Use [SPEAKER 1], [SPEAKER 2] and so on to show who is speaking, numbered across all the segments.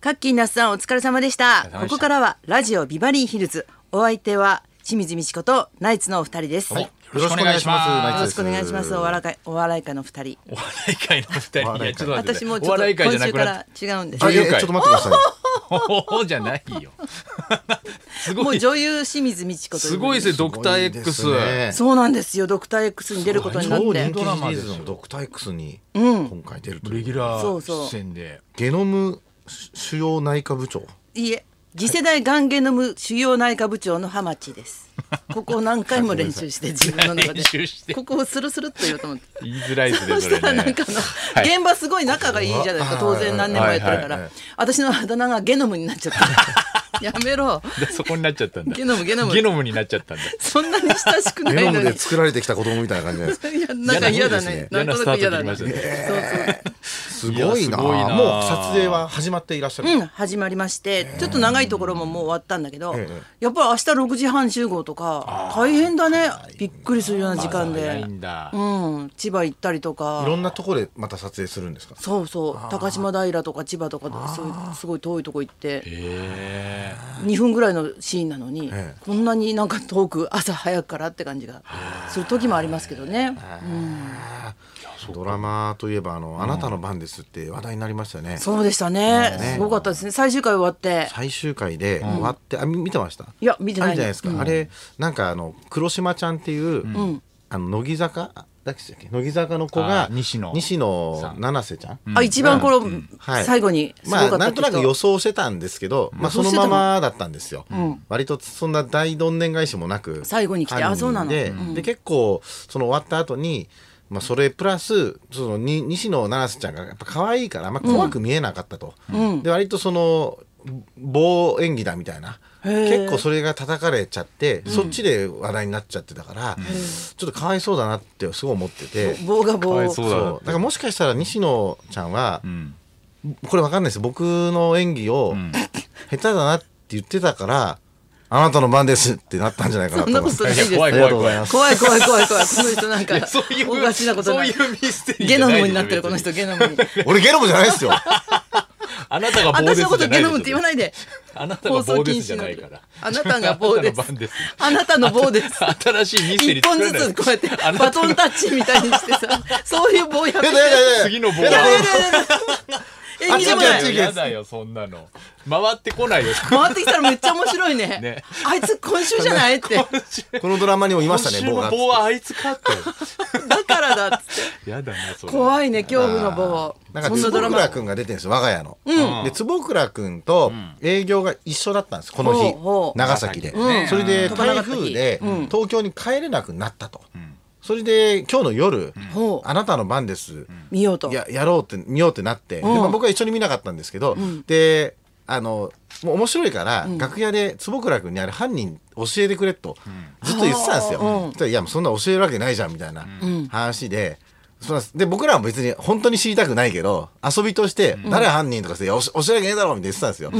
[SPEAKER 1] カッキー那須さんお疲れ様でした
[SPEAKER 2] お疲れ様でした
[SPEAKER 1] ここからはラジオビバリーヒルズお相手は清水美智子とナイツのお二人です、
[SPEAKER 2] はい
[SPEAKER 1] よ
[SPEAKER 2] よろしくお願いします
[SPEAKER 1] ろしくお願いしますお笑いかお笑い家の二人
[SPEAKER 2] お笑い界の二人い
[SPEAKER 3] お笑
[SPEAKER 2] や
[SPEAKER 3] い
[SPEAKER 2] ちょっ
[SPEAKER 3] 界
[SPEAKER 2] と待って
[SPEAKER 1] 私
[SPEAKER 2] ね
[SPEAKER 1] も
[SPEAKER 2] お
[SPEAKER 1] ちょっと
[SPEAKER 2] 笑い界じ
[SPEAKER 1] 今
[SPEAKER 2] ゃな
[SPEAKER 1] 週
[SPEAKER 2] く
[SPEAKER 1] か
[SPEAKER 2] なっ
[SPEAKER 1] ら違うんです
[SPEAKER 3] あいや
[SPEAKER 2] 女優
[SPEAKER 3] ちょ
[SPEAKER 2] 会
[SPEAKER 3] っと待ってください。
[SPEAKER 2] おおじゃないよす
[SPEAKER 1] も
[SPEAKER 2] ご
[SPEAKER 1] う
[SPEAKER 2] い
[SPEAKER 1] 女優清水美智子という
[SPEAKER 2] すごいですねドクター X
[SPEAKER 3] すごいですね
[SPEAKER 1] そうなんですよドクター X に出ることになっ
[SPEAKER 3] 超
[SPEAKER 1] て
[SPEAKER 3] 人気シリーズのドクター X に
[SPEAKER 1] ん
[SPEAKER 3] 今回出るとい
[SPEAKER 2] レ
[SPEAKER 3] う、
[SPEAKER 2] ギュラ
[SPEAKER 1] そうそう
[SPEAKER 2] ー出演で
[SPEAKER 3] ゲノム主要内科部長
[SPEAKER 1] いいえ次世代ガンゲノム主要内科部長の浜地ですここを何回も練習して自分の中で
[SPEAKER 2] 練習して
[SPEAKER 1] ここをスルスルっと言おうと思って
[SPEAKER 2] 言いづらいです
[SPEAKER 1] そ
[SPEAKER 2] ね
[SPEAKER 1] し
[SPEAKER 2] そ
[SPEAKER 1] た
[SPEAKER 2] れ
[SPEAKER 1] らなん
[SPEAKER 2] ね
[SPEAKER 1] かあの、
[SPEAKER 2] い
[SPEAKER 1] 現場すごい仲がいいじゃないですか
[SPEAKER 3] あ
[SPEAKER 1] 当然何年もやってるか
[SPEAKER 2] はい
[SPEAKER 1] ら、
[SPEAKER 3] はいはい
[SPEAKER 1] 私のあだ名がゲノムになっちゃった やめろ
[SPEAKER 2] でそこになっちゃったんだ
[SPEAKER 1] ゲノムゲノム
[SPEAKER 2] ゲノムになっちゃったんだ
[SPEAKER 1] そんなに親しくな
[SPEAKER 3] ゲノ
[SPEAKER 1] い
[SPEAKER 3] ム
[SPEAKER 1] のに
[SPEAKER 3] で作られてきた子供みたいな感じじ ゃないですか
[SPEAKER 1] いやなんか嫌だねな
[SPEAKER 2] 嫌
[SPEAKER 1] ん
[SPEAKER 2] な
[SPEAKER 1] と
[SPEAKER 2] スタ
[SPEAKER 1] なく
[SPEAKER 2] ー
[SPEAKER 1] 嫌
[SPEAKER 2] ト
[SPEAKER 1] だ
[SPEAKER 2] 切り
[SPEAKER 1] ね
[SPEAKER 2] ま
[SPEAKER 1] そう
[SPEAKER 2] したね
[SPEAKER 3] すご
[SPEAKER 2] いや
[SPEAKER 3] い
[SPEAKER 2] す
[SPEAKER 3] な
[SPEAKER 2] ごいな
[SPEAKER 3] もう撮影は始まっていらっしゃる、
[SPEAKER 1] そううん始まりましてちょっと長いところももう終わったんだけど、
[SPEAKER 3] ええ
[SPEAKER 1] やっぱり明日6時半集合とか大変だねびっくりするような時間
[SPEAKER 2] 早
[SPEAKER 1] で
[SPEAKER 2] いんだ
[SPEAKER 1] うん千葉行ったりと
[SPEAKER 3] い
[SPEAKER 1] か
[SPEAKER 3] ろんなところでまた撮影するんですか
[SPEAKER 1] そうそう高島平とか千葉とかそういうすごい遠いとこ行って
[SPEAKER 2] へ
[SPEAKER 1] 2分ぐらいのシーンなのに、
[SPEAKER 3] ええ
[SPEAKER 1] こんなになんか遠く朝早くからって感じがする時もありますけどね。
[SPEAKER 3] ドラマといえばあの「あなたの番です」って話題になりましたよね、
[SPEAKER 1] そうでしたね。
[SPEAKER 3] ね
[SPEAKER 1] すごかったですね。最終回終わって。
[SPEAKER 3] 最終回で終わって、あみ見てました
[SPEAKER 1] いや見てない
[SPEAKER 3] あるじゃないですか、
[SPEAKER 1] うん
[SPEAKER 3] あれなんかあの黒島ちゃんっていう、あの乃木坂あだっけ乃木坂の子が
[SPEAKER 2] あー西野
[SPEAKER 3] 西野七瀬ちゃん
[SPEAKER 1] あ一番この、
[SPEAKER 3] はい
[SPEAKER 1] 最後にすごか
[SPEAKER 3] ま
[SPEAKER 1] った
[SPEAKER 3] あな
[SPEAKER 1] っ
[SPEAKER 3] ん
[SPEAKER 1] て
[SPEAKER 3] と
[SPEAKER 1] 人
[SPEAKER 3] なく予想してたんですけど、まあ、
[SPEAKER 1] 予想
[SPEAKER 3] そ
[SPEAKER 1] し
[SPEAKER 3] の
[SPEAKER 1] てた
[SPEAKER 3] ま
[SPEAKER 1] の
[SPEAKER 3] まだったんですよ、割とそんな大どんでん返しもなく
[SPEAKER 1] 最後に来て
[SPEAKER 3] 犯人
[SPEAKER 1] あそうなの
[SPEAKER 3] で,、で結構その終わった後にまあ、それプラスそのに西野七瀬ちゃんがやっぱ可愛いから、まあ、怖く見えなかったと、で割とその棒演技だみたいな
[SPEAKER 1] へえ
[SPEAKER 3] 結構それが叩かれちゃって、そっちで話題になっちゃってたから、ちょっとかわいそうだなってすごい思ってて、
[SPEAKER 1] 棒が棒
[SPEAKER 2] かわい
[SPEAKER 1] を
[SPEAKER 2] そ
[SPEAKER 3] そう
[SPEAKER 2] うだな
[SPEAKER 3] だからもしかしたら西野ちゃんは、
[SPEAKER 2] ん
[SPEAKER 3] これわかんないです僕の演技を、下手だなって言ってたからあなたの番ですってなったんじゃないかな
[SPEAKER 1] そ
[SPEAKER 3] と
[SPEAKER 1] ん
[SPEAKER 3] 思
[SPEAKER 1] ないことな
[SPEAKER 3] ます
[SPEAKER 1] いです
[SPEAKER 2] いや怖
[SPEAKER 3] あ
[SPEAKER 2] い
[SPEAKER 3] りがとうございます
[SPEAKER 1] 怖い怖い怖い怖いこの人なん
[SPEAKER 2] い
[SPEAKER 1] か
[SPEAKER 2] やそういう
[SPEAKER 1] おかしなことない
[SPEAKER 2] そういうミステリーじ
[SPEAKER 1] ゲ
[SPEAKER 2] ゃ
[SPEAKER 1] ノ
[SPEAKER 2] ない
[SPEAKER 1] ムになってるこの人ゲノムに
[SPEAKER 3] 俺ゲロムじゃないです よ
[SPEAKER 2] あなたが棒
[SPEAKER 1] 私
[SPEAKER 2] ですじ
[SPEAKER 1] のこ
[SPEAKER 2] ゃ
[SPEAKER 1] と
[SPEAKER 2] な
[SPEAKER 1] ゲ
[SPEAKER 2] い
[SPEAKER 1] ノムって言わないいで
[SPEAKER 2] あなた
[SPEAKER 1] 放
[SPEAKER 2] が
[SPEAKER 1] 送
[SPEAKER 2] 棒
[SPEAKER 1] 禁
[SPEAKER 2] です
[SPEAKER 1] 止
[SPEAKER 2] じゃ
[SPEAKER 1] にな
[SPEAKER 2] ない
[SPEAKER 1] る
[SPEAKER 2] から
[SPEAKER 1] あなたが棒です
[SPEAKER 2] あなたの番です
[SPEAKER 1] あなたの棒です
[SPEAKER 2] 新しいミステリ
[SPEAKER 1] 一
[SPEAKER 2] ー作
[SPEAKER 1] 本ず
[SPEAKER 2] らない
[SPEAKER 1] つこうやって
[SPEAKER 2] あなた
[SPEAKER 1] バトンタッチみたいにしてさそういう棒やめ
[SPEAKER 3] え
[SPEAKER 1] て
[SPEAKER 3] だやだやだ
[SPEAKER 2] 次の棒
[SPEAKER 1] やだや
[SPEAKER 2] は
[SPEAKER 1] だやだ
[SPEAKER 3] あ
[SPEAKER 1] 演技でもない
[SPEAKER 3] 違う違う
[SPEAKER 2] やだよそんなの回ってこないよ
[SPEAKER 1] 回ってきたらめっちゃ面白いね
[SPEAKER 2] ね
[SPEAKER 1] あいつ今週じゃないって
[SPEAKER 3] このドラマにもいましたね
[SPEAKER 2] 今週
[SPEAKER 3] 棒
[SPEAKER 2] の
[SPEAKER 3] が
[SPEAKER 2] 棒はあいつかって
[SPEAKER 1] だからだっつって
[SPEAKER 2] やだなそれ
[SPEAKER 1] 怖いね恐怖の棒
[SPEAKER 3] なん
[SPEAKER 1] そ
[SPEAKER 3] か
[SPEAKER 1] んなドラ
[SPEAKER 3] 坪倉
[SPEAKER 1] マ
[SPEAKER 3] 君が出てるんですよ我が家の、
[SPEAKER 2] ん
[SPEAKER 3] で坪倉君と営業が一緒だったんですこの
[SPEAKER 1] ほうほ
[SPEAKER 3] 日
[SPEAKER 1] う
[SPEAKER 3] 長崎で、
[SPEAKER 2] うん
[SPEAKER 3] それで
[SPEAKER 1] 飛ばなか
[SPEAKER 3] 台
[SPEAKER 1] った日
[SPEAKER 3] 風で
[SPEAKER 1] うん
[SPEAKER 3] 東京に帰れなくなったと、それで今日の夜、
[SPEAKER 1] ほう
[SPEAKER 3] あなたの番です、
[SPEAKER 1] 見ようと
[SPEAKER 3] ややろうって見ようってなって、で
[SPEAKER 1] ん
[SPEAKER 3] まあ、僕は一緒に見なかったんですけど、であのもう面白いから、楽屋で坪倉君にあれ犯人教えてくれとずっと言ってたんですよ。
[SPEAKER 1] あーうん
[SPEAKER 3] そしたらいやもうそんな教えるわけないじゃんみたいな話で。そうなんですで僕らは別に本当に知りたくないけど遊びとして「誰犯人?」とかしていや「教教えなきゃねえだろ」みたいな言ってたんですよ。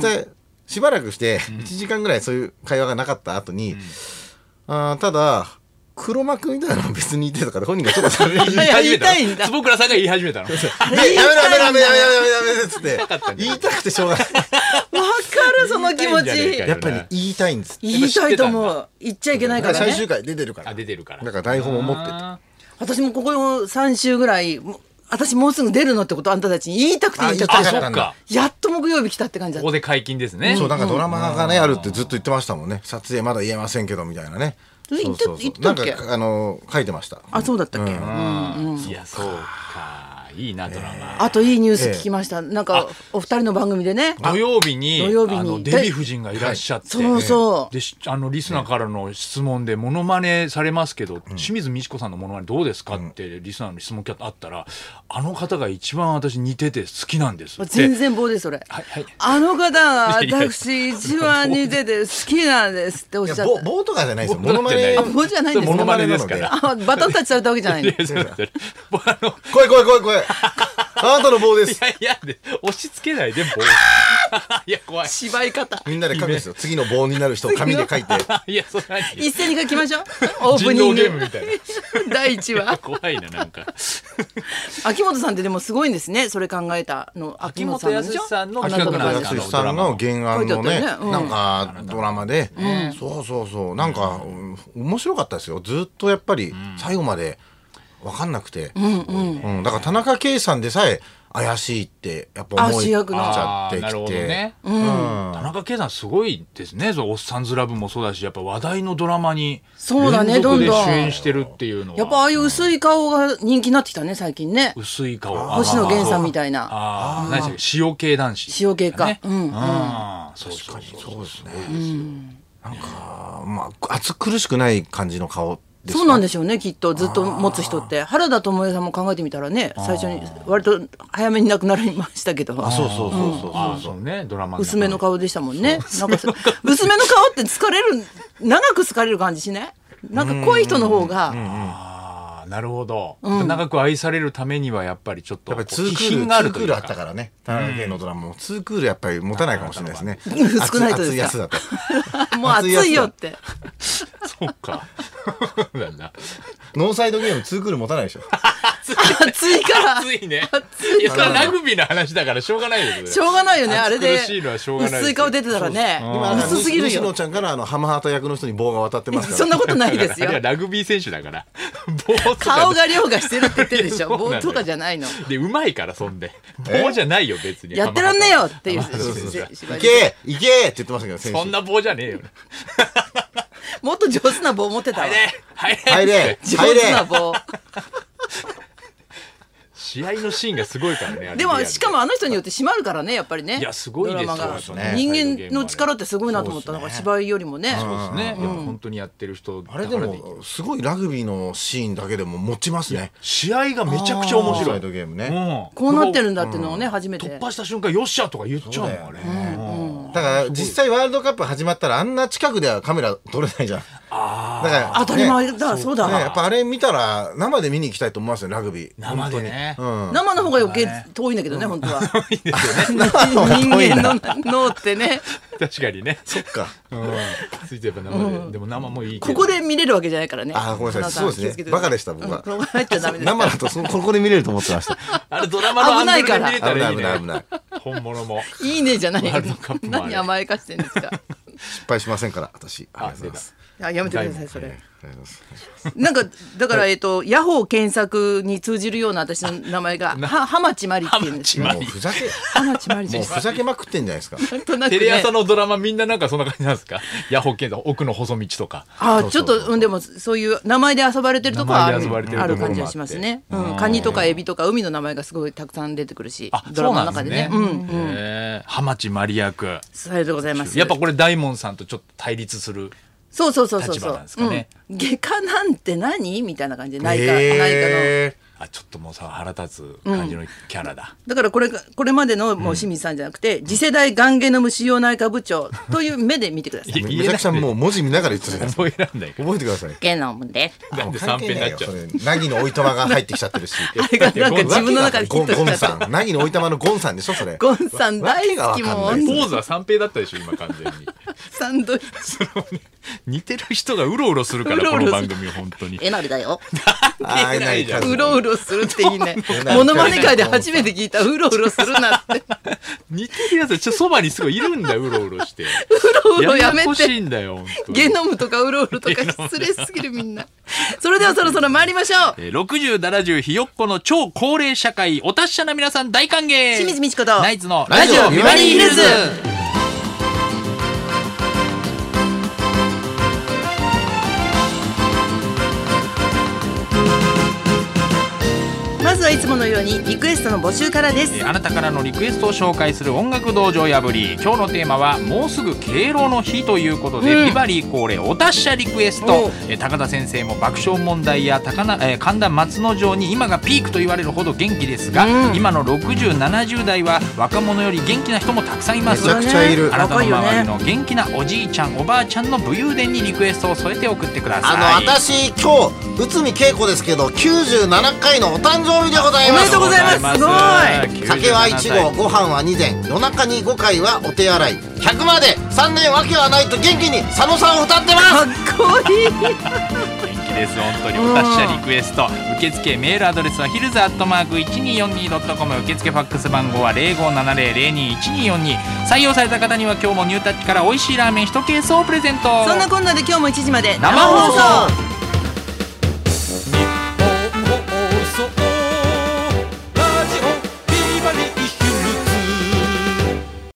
[SPEAKER 3] そしてしばらくして1時間ぐらいそういう会話がなかった後に、あーただ黒幕みたいなの別にいてとかで本人がちょっと喋り
[SPEAKER 2] 言い始め
[SPEAKER 1] いや言いたい
[SPEAKER 2] た
[SPEAKER 1] ん
[SPEAKER 2] の
[SPEAKER 1] だ
[SPEAKER 2] 坪倉さんが言い始めたの
[SPEAKER 3] でやめろやめろやめろやめろやめろやめろっつって言いたくてしょうがない
[SPEAKER 1] わかるその気持
[SPEAKER 2] 言いたいん
[SPEAKER 1] ち
[SPEAKER 2] じゃねえか
[SPEAKER 3] やっぱりね言いたいんです
[SPEAKER 1] 言いたいと思う言っちゃいけない
[SPEAKER 3] だ
[SPEAKER 1] か
[SPEAKER 3] から
[SPEAKER 1] ら
[SPEAKER 3] 最
[SPEAKER 1] ね
[SPEAKER 3] 終回出てるから
[SPEAKER 2] あ出てるから
[SPEAKER 3] だから台本も持ってて
[SPEAKER 2] あ
[SPEAKER 1] 私もここ3週ぐらいもう私もうすぐ出るのってことあんたたちに言いたくて言いたく
[SPEAKER 3] あ
[SPEAKER 1] て
[SPEAKER 3] 言い
[SPEAKER 2] そ
[SPEAKER 3] た
[SPEAKER 2] っ
[SPEAKER 3] かった
[SPEAKER 2] か
[SPEAKER 1] やっと木曜日来たって感じだ
[SPEAKER 2] こ
[SPEAKER 1] った
[SPEAKER 2] こで解禁ですね
[SPEAKER 3] そうなんかドラマがねあるってずっと言ってましたもんね撮影まだ言えませんけどみたいなね
[SPEAKER 1] え
[SPEAKER 3] そうそうそ
[SPEAKER 1] 言っ
[SPEAKER 3] う
[SPEAKER 1] て言
[SPEAKER 3] な
[SPEAKER 1] っ
[SPEAKER 3] ん
[SPEAKER 1] たっけ
[SPEAKER 3] かあの書いてました
[SPEAKER 1] あそうだったっけ、
[SPEAKER 2] いやそうかいいなドラマ
[SPEAKER 1] あといいニュース聞きました、なんかお二人の番組でね
[SPEAKER 2] 土曜日に
[SPEAKER 1] 土曜日に
[SPEAKER 2] あのデヴィ夫人がいらっしゃって
[SPEAKER 1] そうそう、
[SPEAKER 2] でしあのリスナーからの質問で「モノマネされますけど、清水美智子さんのモノマネどうですか?」ってリスナーの質問があったら「あの方が一番私似てて好きなんです」って
[SPEAKER 1] 全然棒ですそれ、
[SPEAKER 2] はいはい
[SPEAKER 1] あの方が
[SPEAKER 2] いやいや
[SPEAKER 1] 私一番似てて好きなんですっておっ
[SPEAKER 3] い
[SPEAKER 1] しゃ
[SPEAKER 3] や
[SPEAKER 1] った
[SPEAKER 3] 棒棒とかじゃないですよ
[SPEAKER 2] 棒
[SPEAKER 3] モ
[SPEAKER 2] とか
[SPEAKER 3] ノマ
[SPEAKER 2] じゃない
[SPEAKER 3] ネ
[SPEAKER 1] あ棒じゃないんです
[SPEAKER 2] モノ
[SPEAKER 1] か
[SPEAKER 2] マネですから
[SPEAKER 1] あバトンタッチされたわけじゃないの
[SPEAKER 2] いやそうだねもうあの
[SPEAKER 3] 怖い怖い怖い怖いあなたの棒で
[SPEAKER 2] い
[SPEAKER 3] す
[SPEAKER 2] やいやで押し付けないでもいや怖い
[SPEAKER 1] 芝居方
[SPEAKER 3] みんなで書くんですよ次の棒になる人を紙で書いて
[SPEAKER 2] いやそれ何
[SPEAKER 1] 一斉に書きましょうオープニン
[SPEAKER 2] 人狼ゲーム
[SPEAKER 1] グ
[SPEAKER 2] みたい
[SPEAKER 1] 第一
[SPEAKER 2] な
[SPEAKER 1] 話
[SPEAKER 2] 怖いななんか
[SPEAKER 1] 秋元さんってでもすごいんですねそれ考えたの秋元さんでしょ
[SPEAKER 2] んの
[SPEAKER 3] 秋元康さんの原
[SPEAKER 1] 書い
[SPEAKER 3] 案のね
[SPEAKER 1] てあったよねうん
[SPEAKER 3] なんかドラマで、そうそうそうなんか、うん面白かったですよずっとやっぱり最後まで分かんなくて、うんだから田中圭さんでさえ怪しいってやっぱ思
[SPEAKER 1] あ
[SPEAKER 3] い
[SPEAKER 1] 主
[SPEAKER 3] ち
[SPEAKER 1] 役の
[SPEAKER 3] ゃっ
[SPEAKER 2] あ
[SPEAKER 3] て
[SPEAKER 2] ーなる
[SPEAKER 3] き
[SPEAKER 2] ほど
[SPEAKER 3] て、
[SPEAKER 2] ね
[SPEAKER 3] うん
[SPEAKER 2] 田中圭さんすごいですねそうおっさんずラブもそうだしやっぱ話題のドラマに
[SPEAKER 1] そうだね
[SPEAKER 2] 連続で
[SPEAKER 1] どんどん
[SPEAKER 2] 主演してるっていうのは
[SPEAKER 1] やっぱああいう薄い顔が人気になってきたね最近ね
[SPEAKER 2] 薄い顔
[SPEAKER 1] 星野源さんみ
[SPEAKER 2] い
[SPEAKER 1] たいな
[SPEAKER 2] あー何でしたっけ塩系男子
[SPEAKER 1] 塩系か
[SPEAKER 2] ね
[SPEAKER 1] うんうん
[SPEAKER 2] あーそう
[SPEAKER 3] 確
[SPEAKER 2] そ
[SPEAKER 3] か
[SPEAKER 2] う
[SPEAKER 3] にそうですね、なんかまあ暑苦しくない感じの顔ですか
[SPEAKER 1] そうなんでしょうねきっとずっと持つ人って原田知世さんも考えてみたらね最初に割と早めに亡くなりましたけど
[SPEAKER 3] あそうそうそうそう
[SPEAKER 2] あ
[SPEAKER 3] そ
[SPEAKER 2] ーそ
[SPEAKER 3] うそう、
[SPEAKER 2] うねドラマ
[SPEAKER 1] 薄めの
[SPEAKER 2] 顔
[SPEAKER 1] 顔でしたもんねなんか薄めの顔って疲れる長く疲れる感じしないなんか濃い人の方が
[SPEAKER 2] ああなるほど長く愛されるためにはやっぱりちょっと
[SPEAKER 3] やっぱりツ
[SPEAKER 2] こう気
[SPEAKER 3] ークール、
[SPEAKER 2] 品がある
[SPEAKER 3] ツ
[SPEAKER 2] と
[SPEAKER 3] ー
[SPEAKER 2] いう
[SPEAKER 3] クールあったからね。田中圭のドラマも、ツークールやっぱり持たないかもしれないですね。
[SPEAKER 1] 少ないとで
[SPEAKER 3] 暑
[SPEAKER 1] すか
[SPEAKER 3] いやつだと。
[SPEAKER 1] もう暑いよって
[SPEAKER 2] そうかそうな んだ
[SPEAKER 3] ノーサイドゲームツークール持たないでしょ。
[SPEAKER 1] 暑いから
[SPEAKER 2] 暑いねいやそれはラグビーの話だからしょうがないですよね
[SPEAKER 1] しょうがないよねあれで
[SPEAKER 2] 暑苦しいのはしょうがないですよ
[SPEAKER 1] 薄い顔出てたらね
[SPEAKER 3] 今あの
[SPEAKER 1] 薄すぎる
[SPEAKER 3] 西野
[SPEAKER 1] よ
[SPEAKER 3] ちゃんからあの浜畑役の人に棒が渡ってますから。
[SPEAKER 1] そんなことないです
[SPEAKER 2] あ
[SPEAKER 1] よ
[SPEAKER 2] れはラグビー選手だから 棒とかで
[SPEAKER 1] 顔が凌駕してるって言ってるでしょ
[SPEAKER 2] そうなんだ
[SPEAKER 1] 棒
[SPEAKER 2] よ
[SPEAKER 1] とかじゃないの
[SPEAKER 2] でうまいからそん で棒じゃないよ別に
[SPEAKER 1] やってらんねえよっていう
[SPEAKER 3] そうそうそう
[SPEAKER 1] 芝
[SPEAKER 3] 行
[SPEAKER 1] 居
[SPEAKER 3] け行けって言ってましたけど、選手。
[SPEAKER 2] そんな棒じゃねえよ
[SPEAKER 1] もっと上手な棒持ってたわ
[SPEAKER 2] 入れ入れ
[SPEAKER 3] 入れ
[SPEAKER 1] 上
[SPEAKER 3] 入
[SPEAKER 1] 手な
[SPEAKER 3] れ
[SPEAKER 1] 棒
[SPEAKER 2] 試合のシーンがすごいからねあれ
[SPEAKER 1] で
[SPEAKER 2] リア
[SPEAKER 1] も
[SPEAKER 2] ルで
[SPEAKER 1] しかもあの人によって締まるからねやっぱりね
[SPEAKER 2] いやすごいですよ
[SPEAKER 1] ドラマが
[SPEAKER 2] そう
[SPEAKER 3] ですね
[SPEAKER 1] 人間の力ってすごいなと思った
[SPEAKER 3] そう
[SPEAKER 1] の
[SPEAKER 3] です
[SPEAKER 1] が
[SPEAKER 3] ね
[SPEAKER 1] 芝居よりもね
[SPEAKER 2] そうですねやっぱ本当にやってる人
[SPEAKER 3] あれで
[SPEAKER 2] だからね
[SPEAKER 3] も、すごいラグビーのシーンだけでも持ちますね。
[SPEAKER 2] 試合がめちゃくちゃ面
[SPEAKER 3] ノー
[SPEAKER 2] 白
[SPEAKER 3] サイ
[SPEAKER 2] い
[SPEAKER 3] ドゲーム
[SPEAKER 2] う
[SPEAKER 3] ね。
[SPEAKER 2] ん
[SPEAKER 1] こうなってるんだっていうのをね初め
[SPEAKER 2] 突
[SPEAKER 1] て
[SPEAKER 2] 破した瞬間よっしゃとか言っちゃうもんあれうん
[SPEAKER 3] だから実際ワールドカップ始まったらあんな近くではカメラ撮れないじゃん。
[SPEAKER 2] あ
[SPEAKER 3] だから
[SPEAKER 1] 当たり前だそうだ
[SPEAKER 3] ね、やっぱあれ見たら生で見に行きたいと思いますよラグビ
[SPEAKER 2] ー
[SPEAKER 3] ー
[SPEAKER 2] 生でね
[SPEAKER 3] うん
[SPEAKER 1] 生の方が余計遠いんだけどね本当は 人
[SPEAKER 3] 遠い
[SPEAKER 1] 間
[SPEAKER 3] な
[SPEAKER 1] の脳ってね
[SPEAKER 2] 確かにね
[SPEAKER 3] そっか
[SPEAKER 2] ついてやっぱ生ででも生もいいけ
[SPEAKER 1] こ
[SPEAKER 2] ど
[SPEAKER 1] こで見れるわけじゃないからね
[SPEAKER 3] あーごめんなさいそうですねバカでした僕は
[SPEAKER 1] ここ入っちゃダメです
[SPEAKER 3] 生だとそのここで見れると思ってました
[SPEAKER 2] あれドラマのアングルで見れた
[SPEAKER 3] 危
[SPEAKER 2] ら
[SPEAKER 3] ないい
[SPEAKER 2] いね
[SPEAKER 3] 危ない危ない
[SPEAKER 2] 本物も
[SPEAKER 1] いいねじゃない
[SPEAKER 2] ワールドカップもあれ
[SPEAKER 1] 何甘やかしてんですか
[SPEAKER 3] 失敗しませんから私ありがとうございます
[SPEAKER 1] あやめてくださいそ
[SPEAKER 3] あ
[SPEAKER 1] れ
[SPEAKER 3] りがとうございます
[SPEAKER 1] なんかだからえっとヤホー検索に通じるような私の名前がは浜地まりっていうんですよ
[SPEAKER 2] 浜
[SPEAKER 3] もうふざけ
[SPEAKER 1] 浜地まりで
[SPEAKER 3] もう
[SPEAKER 1] す
[SPEAKER 3] ふざけまくってんじゃないですか
[SPEAKER 1] なんとなく
[SPEAKER 2] テレ
[SPEAKER 1] ね
[SPEAKER 2] 朝のドラマみんななんかそんな感じなんですかヤホー系の奥の細道とか
[SPEAKER 1] あーち
[SPEAKER 3] そ
[SPEAKER 1] ょ
[SPEAKER 3] う
[SPEAKER 1] っ
[SPEAKER 3] そうそう
[SPEAKER 1] とうんでもそういう名前で遊ばれてるとこはあ
[SPEAKER 2] 名
[SPEAKER 1] る
[SPEAKER 2] 前で遊ばれてる
[SPEAKER 1] あ
[SPEAKER 2] とこ
[SPEAKER 1] る
[SPEAKER 2] ろもあっ
[SPEAKER 1] 感
[SPEAKER 2] て
[SPEAKER 1] じがしますねうんカニとかエビとか海の名前がすごいたくさん出てくるし
[SPEAKER 2] あ
[SPEAKER 1] ドラマの中でね
[SPEAKER 2] そう
[SPEAKER 1] う
[SPEAKER 2] なん
[SPEAKER 1] ん
[SPEAKER 2] ですねへー浜地マリア役
[SPEAKER 1] それでございます
[SPEAKER 2] やっぱこれ大門さんとちょっと対立する
[SPEAKER 1] そうそうそうそう
[SPEAKER 2] 立
[SPEAKER 1] そ
[SPEAKER 2] 場
[SPEAKER 1] う
[SPEAKER 2] なんですかね
[SPEAKER 1] うん外科なんて何みたいな感じで内科内科の
[SPEAKER 3] え
[SPEAKER 2] あちょっともうさ腹立つ感じのキャラだ、
[SPEAKER 1] だからこれがこれまでのもう清水さんじゃなくて、次世代がんゲノム腫瘍内科部長という目で見てください。
[SPEAKER 2] い
[SPEAKER 3] ーめちゃくちゃもう文字見ながら言ってたじゃないですか
[SPEAKER 2] 覚えらんない
[SPEAKER 3] 覚えてください
[SPEAKER 1] ゲノムで。
[SPEAKER 2] なんで三編になっちゃう
[SPEAKER 3] 関係ないよそれ凪のおいたまが入ってきちゃってるし
[SPEAKER 1] あれがなんか自分の中でヒット
[SPEAKER 3] ゴンゴン
[SPEAKER 1] しちゃ
[SPEAKER 3] さ
[SPEAKER 1] っ
[SPEAKER 3] ん凪のおいたまのゴンさんでしょそれ
[SPEAKER 1] ゴンさん大好き
[SPEAKER 3] わけがわ
[SPEAKER 1] も
[SPEAKER 3] かん
[SPEAKER 1] ん
[SPEAKER 3] ない
[SPEAKER 2] ポーズは三平だったでしょ今完 全に
[SPEAKER 1] たサンドイッチ。
[SPEAKER 2] その似てる人がうろうろするから
[SPEAKER 1] うろう
[SPEAKER 2] こ
[SPEAKER 1] ろす
[SPEAKER 2] の
[SPEAKER 1] る
[SPEAKER 2] 番組本当に
[SPEAKER 1] えなりだよ。
[SPEAKER 3] あーいないう
[SPEAKER 1] ろうろするっていいね
[SPEAKER 3] う。なり
[SPEAKER 1] モノマネ界で初めて聞いたうろうろするなって。
[SPEAKER 2] 似てるやつちょそばにすごいいるんだようろうろ して
[SPEAKER 1] うろうろやめて
[SPEAKER 2] やこしいんだよ本当に
[SPEAKER 1] ゲノムとかうろうろとか失礼すぎるみんな。それではそろそろ参りましょう。
[SPEAKER 2] えー60、70ひよっこの超高齢社会、お達者な皆さん大歓迎
[SPEAKER 1] 清水美智子と
[SPEAKER 2] ナイツの
[SPEAKER 3] ラジオビバリーヒルズ
[SPEAKER 1] まずはいつものようにリクエストの募集からです
[SPEAKER 2] え。ーあなたからのリクエストを紹介する音楽道場破り今日のテーマはもうすぐ敬老の日ということで、
[SPEAKER 1] うん
[SPEAKER 2] ビバリー恒例お達者リクエス
[SPEAKER 1] お
[SPEAKER 2] ト
[SPEAKER 1] う、
[SPEAKER 2] えー高田先生も爆笑問題や高な、えー神田松之丞に今がピークと言われるほど元気ですが、
[SPEAKER 1] うん
[SPEAKER 2] 今の6070代は若者より元気な人もたくさんいま
[SPEAKER 3] め
[SPEAKER 2] す
[SPEAKER 3] ちゃくちゃいる
[SPEAKER 2] あなたの
[SPEAKER 1] 若いよ
[SPEAKER 2] 周り
[SPEAKER 1] ね。
[SPEAKER 2] の元気なおじいちゃんおばあちゃんの武勇伝にリクエストを添えて送ってください
[SPEAKER 3] あの私今日内海恵子ですけど97回のお誕生日でございざいま
[SPEAKER 1] お
[SPEAKER 3] す
[SPEAKER 1] めでとうございますすご
[SPEAKER 4] い
[SPEAKER 3] 酒は1合ご飯は2膳夜中に5回はお手洗い100まで3年わけはないと元気に佐野さんを歌ってます
[SPEAKER 1] かっこいい
[SPEAKER 2] 元気です本当にお達者リクエスト受付メールアドレスはヒルズアットマーク 1242.com 受付ファックス番号は0570021242採用された方には今日もニュータッチから美味しいラーメン1ケースをプレゼント
[SPEAKER 1] そんなこんなで今日も1時まで
[SPEAKER 2] 生放送